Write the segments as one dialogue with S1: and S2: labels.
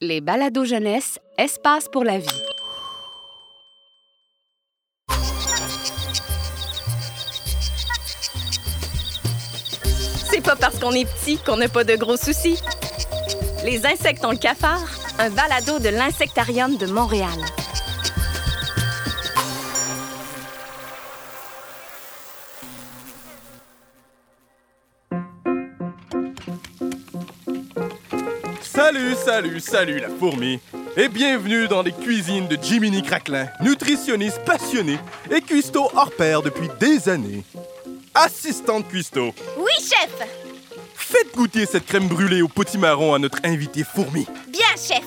S1: Les balados jeunesse, espace pour la vie.
S2: C'est pas parce qu'on est petit qu'on n'a pas de gros soucis. Les insectes ont le cafard, un balado de l'insectarium de Montréal.
S3: Salut, salut, salut la fourmi et bienvenue dans les cuisines de Jiminy Craquelin, nutritionniste passionné et cuistot hors pair depuis des années. Assistante cuistot,
S4: Oui, chef
S3: faites goûter cette crème brûlée au potimarron à notre invité fourmi.
S4: Bien, chef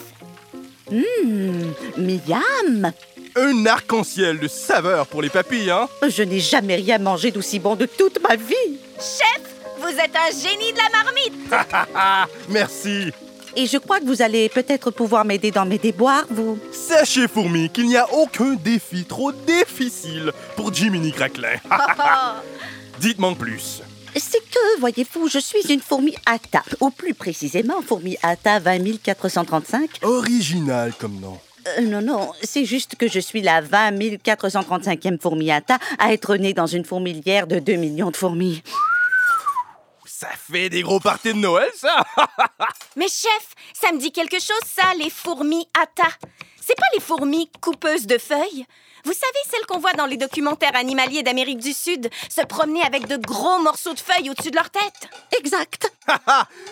S5: Hum, miam
S3: Un arc-en-ciel de saveur pour les papilles, hein
S5: Je n'ai jamais rien mangé d'aussi bon de toute ma vie.
S4: Chef, vous êtes un génie de la marmite
S3: Ah, merci
S5: Et je crois que vous allez peut-être pouvoir m'aider dans mes déboires, vous.
S3: Sachez, fourmi, qu'il n'y a aucun défi trop difficile pour Jiminy Craquelin. Ah,
S4: Papa
S3: Dites-moi en plus.
S5: C'est que, voyez-vous, je suis une fourmi Atta. Ou plus précisément, fourmi Atta 20435.
S3: Original comme nom.
S5: Euh, non, non, c'est juste que je suis la 20435e fourmi Atta à être née dans une fourmilière de 2 millions de fourmis.
S3: Ça fait des gros parties de Noël, ça
S4: Mais chef, ça me dit quelque chose, ça, les fourmis atta. C'est pas les fourmis coupeuses de feuilles Vous savez, celles qu'on voit dans les documentaires animaliers d'Amérique du Sud se promener avec de gros morceaux de feuilles au-dessus de leur tête
S5: Exact.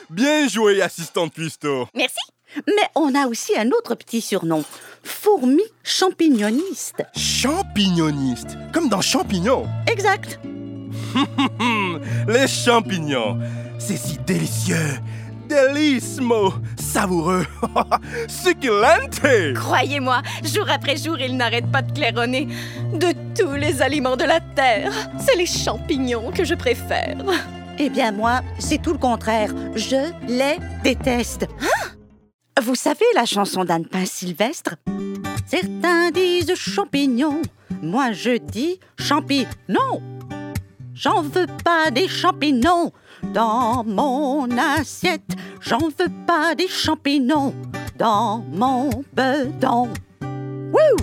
S3: Bien joué, assistante cuistot.
S4: Merci
S5: Mais on a aussi un autre petit surnom. Fourmi champignoniste.
S3: Champignoniste, comme dans champignons.
S5: Exact.
S3: Hmm, les champignons, c'est si délicieux, délissimo, savoureux, succulente.
S2: Croyez-moi, jour après jour, ils n'arrêtent pas de claironner. De tous les aliments de la terre, c'est les champignons que je préfère.
S5: Eh bien moi, c'est tout le contraire. Je les déteste. Hein? Vous savez la chanson d'Anne Pin Sylvestre Certains disent champignons, moi je dis champi. Non J'en veux pas des champignons dans mon assiette. J'en veux pas des champignons dans mon bedon. Wouh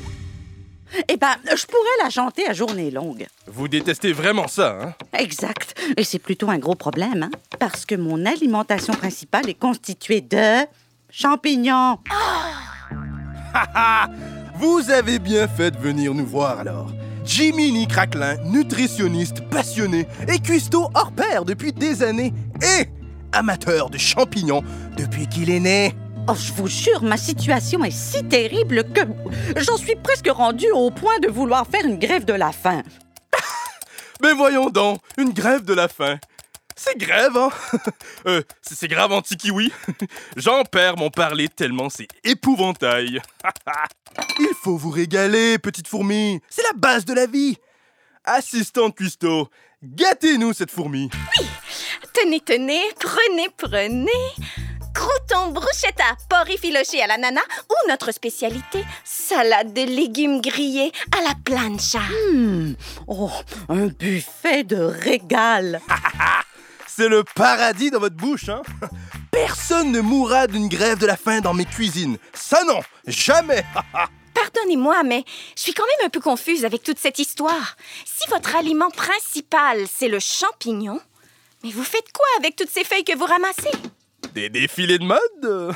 S5: Eh ben, je pourrais la chanter à journée longue.
S3: Vous détestez vraiment ça, hein
S5: Exact. Et c'est plutôt un gros problème, hein, parce que mon alimentation principale est constituée de champignons.
S3: Vous avez bien fait de venir nous voir alors. Jiminy Craquelin, nutritionniste passionné et cuistot hors pair depuis des années et amateur de champignons depuis qu'il est né.
S5: Oh, je vous jure, ma situation est si terrible que j'en suis presque rendue au point de vouloir faire une grève de la faim.
S3: Mais voyons donc, une grève de la faim. C'est grave, hein? Euh, c'est c'est grave anti-kiwi. J'en perds mon parler tellement c'est épouvantail. Il faut vous régaler, petite fourmi. C'est la base de la vie. Assistante cuistot, gâtez-nous cette fourmi.
S2: Tenez, tenez, prenez, prenez.
S4: Crouton bruschetta, porc effiloché à l'ananas ou notre spécialité, salade de légumes grillés à la plancha.
S5: Hmm. Oh, un buffet de régal.
S3: C'est le paradis dans votre bouche, hein? Personne ne mourra d'une grève de la faim dans mes cuisines. Ça non, jamais.
S4: Pardonnez-moi, mais je suis quand même un peu confuse avec toute cette histoire. Si votre aliment principal, c'est le champignon, mais vous faites quoi avec toutes ces feuilles que vous ramassez?
S3: Des défilés de mode? euh?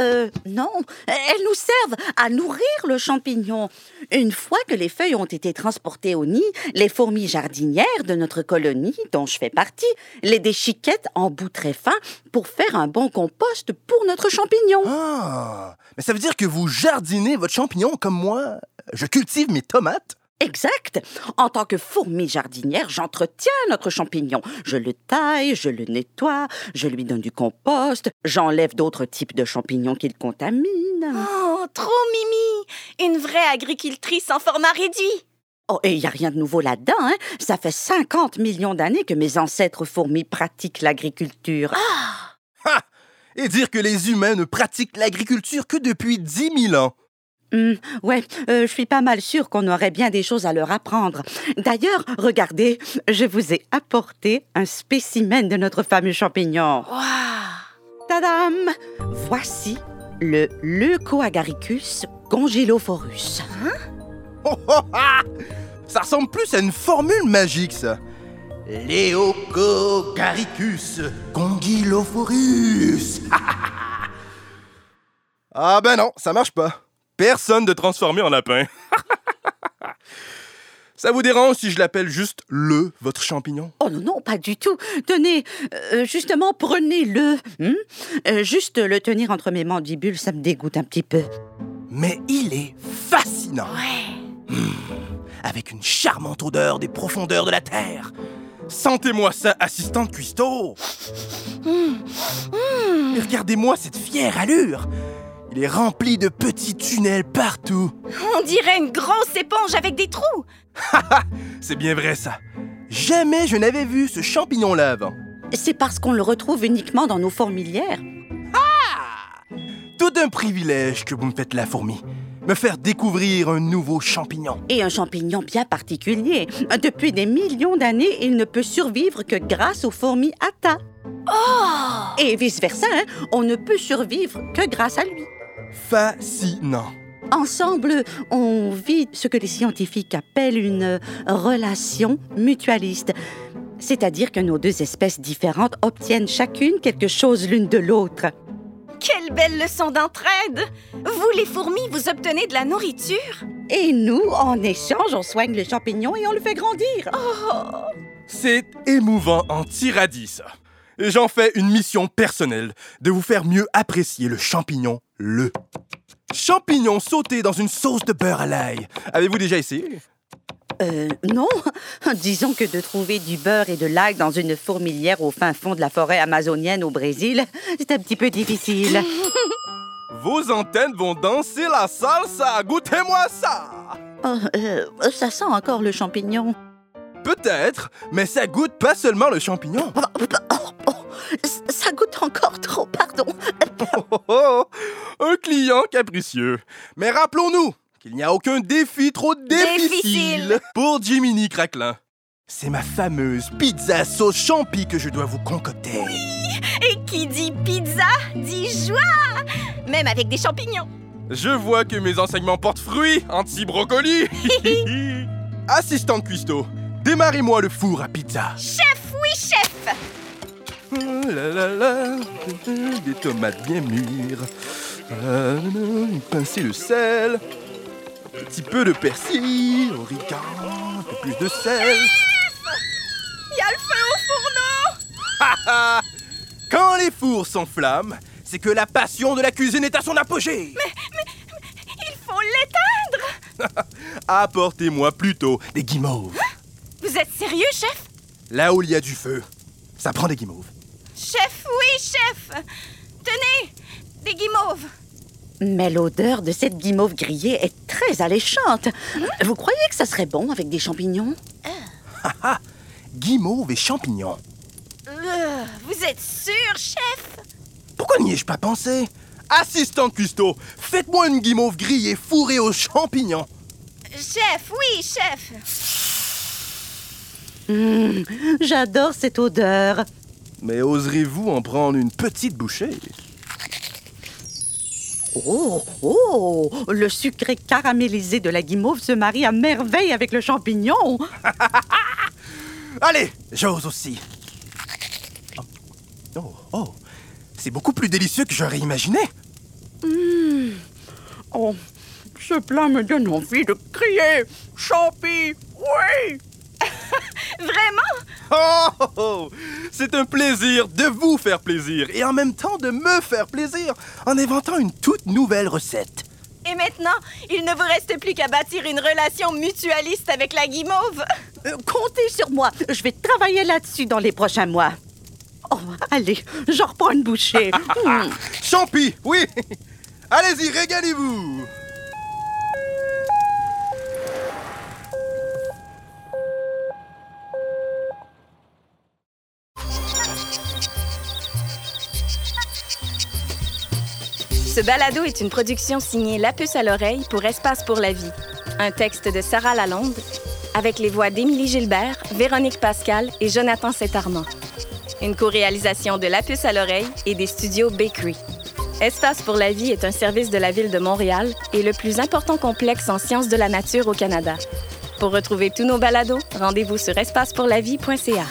S5: Euh, non, elles nous servent à nourrir le champignon. Une fois que les feuilles ont été transportées au nid, les fourmis jardinières de notre colonie, dont je fais partie, les déchiquettent en bout très fin pour faire un bon compost pour notre champignon.
S3: Ah, mais ça veut dire que vous jardinez votre champignon comme moi. Je cultive mes tomates.
S5: Exact. En tant que fourmi jardinière, j'entretiens notre champignon. Je le taille, je le nettoie, je lui donne du compost, j'enlève d'autres types de champignons qu'il contamine.
S4: Oh, trop mimi! Une vraie agricultrice en format réduit.
S5: Oh, et il n'y a rien de nouveau là-dedans, hein? Ça fait 50 millions d'années que mes ancêtres fourmis pratiquent l'agriculture.
S3: Et dire que les humains ne pratiquent l'agriculture que depuis 10 000 ans.
S5: Hum, ouais, euh, je suis pas mal sûre qu'on aurait bien des choses à leur apprendre. D'ailleurs, regardez, je vous ai apporté un spécimen de notre fameux champignon.
S4: Waouh!
S5: Tadam Voici le Leucoagaricus congelophorus.
S3: Oh, oh, ah Ça ressemble plus à une formule magique, ça. Léococaricus condylophorus. ah ben non, ça marche pas. Personne de transformé en lapin. ça vous dérange si je l'appelle juste le, votre champignon
S5: Oh non, non, pas du tout. Tenez, euh, justement, prenez-le. hein Euh, juste le tenir entre mes mandibules, ça me dégoûte un petit peu.
S3: Mais il est fascinant. Hmm, avec une charmante odeur des profondeurs de la terre. Sentez-moi ça, assistante cuistot. Et Regardez-moi cette fière allure. Il est rempli de petits tunnels partout.
S4: On dirait une grosse éponge avec des trous.
S3: C'est bien vrai ça. Jamais je n'avais vu ce champignon-là avant.
S5: C'est parce qu'on le retrouve uniquement dans nos fourmilières.
S3: Tout un privilège que vous me faites la fourmi. Me faire découvrir un nouveau champignon.
S5: Et un champignon bien particulier. Depuis des millions d'années, il ne peut survivre que grâce aux fourmis Atta. Et vice-versa, hein, on ne peut survivre que grâce à lui.
S3: Fascinant.
S5: Ensemble, on vit ce que les scientifiques appellent une euh, relation mutualiste. C'est-à-dire que nos deux espèces différentes obtiennent chacune quelque chose l'une de l'autre.
S4: Quelle belle leçon d'entraide. Vous, les fourmis, vous obtenez de la nourriture.
S5: Et nous, en échange, on soigne le champignon et on le fait grandir.
S3: C'est émouvant en tiradis, ça. Et j'en fais une mission personnelle de vous faire mieux apprécier le champignon le. Champignon sauté dans une sauce de beurre à l'ail. Avez-vous déjà essayé
S5: Euh, non. Disons que de trouver du beurre et de l'ail dans une fourmilière au fin fond de la forêt amazonienne au Brésil, c'est un petit peu difficile.
S3: Vos antennes vont danser la salsa. Goûtez-moi ça.
S5: Oh, euh, ça sent encore le champignon.
S3: Peut-être, mais ça goûte pas seulement le champignon.
S5: Oh, oh, ça goûte encore trop, pardon.
S3: Oh, oh, oh, un client capricieux. Mais rappelons-nous qu'il n'y a aucun défi trop difficile,
S4: Difficile.
S3: pour Jiminy Craquelin. C'est ma fameuse pizza sauce champi que je dois vous concocter.
S4: Et qui dit pizza dit joie. Même avec des champignons.
S3: Je vois que mes enseignements portent fruit, anti-brocoli. Assistante cuistot, démarrez-moi le four à pizza.
S4: Chef, oui, chef.
S3: Hum, la, la, la, Des tomates bien mûres. Euh, Une pincée de sel. Un petit peu de persil. Origan. Un peu plus de sel.
S4: Il y a le feu au fourneau.
S3: Ah, Quand les fours s'enflamment, c'est que la passion de la cuisine est à son apogée.
S4: Il faut l'éteindre.
S3: Apportez-moi plutôt des guimauves.
S4: Vous êtes sérieux, chef
S3: Là où il y a du feu, ça prend des guimauves.
S4: Chef, oui, chef. Tenez, des guimauves.
S5: Mais l'odeur de cette guimauve grillée est très alléchante. Vous croyez que ça serait bon avec des champignons
S3: Guimauves et champignons.
S4: Euh, vous êtes sûr, chef
S3: Pourquoi n'y ai-je pas pensé Assistante cuistot, faites-moi une guimauve grillée fourrée aux champignons.
S4: Chef, oui, chef.
S5: Hum, J'adore cette odeur.
S3: Mais oserez-vous en prendre une petite bouchée
S5: Oh, oh Le sucré caramélisé de la guimauve se marie à merveille avec le champignon.
S3: Allez, j'ose aussi. Oh, oh, c'est beaucoup plus délicieux que j'aurais imaginé.
S5: Oh, ce plat me donne envie de crier Champi, oui
S4: Vraiment
S3: Oh, oh, oh. c'est un plaisir de vous faire plaisir et en même temps de me faire plaisir en inventant une toute nouvelle recette.
S4: Et maintenant, il ne vous reste plus qu'à bâtir une relation mutualiste avec la guimauve.
S5: Euh, Comptez sur moi, je vais travailler là-dessus dans les prochains mois. Oh, allez, j'en reprends une bouchée. Hmm.
S3: Champi, oui Allez-y, régalez-vous
S2: Ce balado est une production signée La Puce à l'oreille pour Espace pour la vie. Un texte de Sarah Lalonde avec les voix d'Émilie Gilbert, Véronique Pascal et Jonathan Setarmand.
S4: une co-réalisation de La Puce à l'oreille et des studios Bakery. Espace pour la vie est un service de la ville de Montréal et le plus important complexe en sciences de la nature au Canada. Pour retrouver tous nos balados, rendez-vous sur espacepourlavie.ca.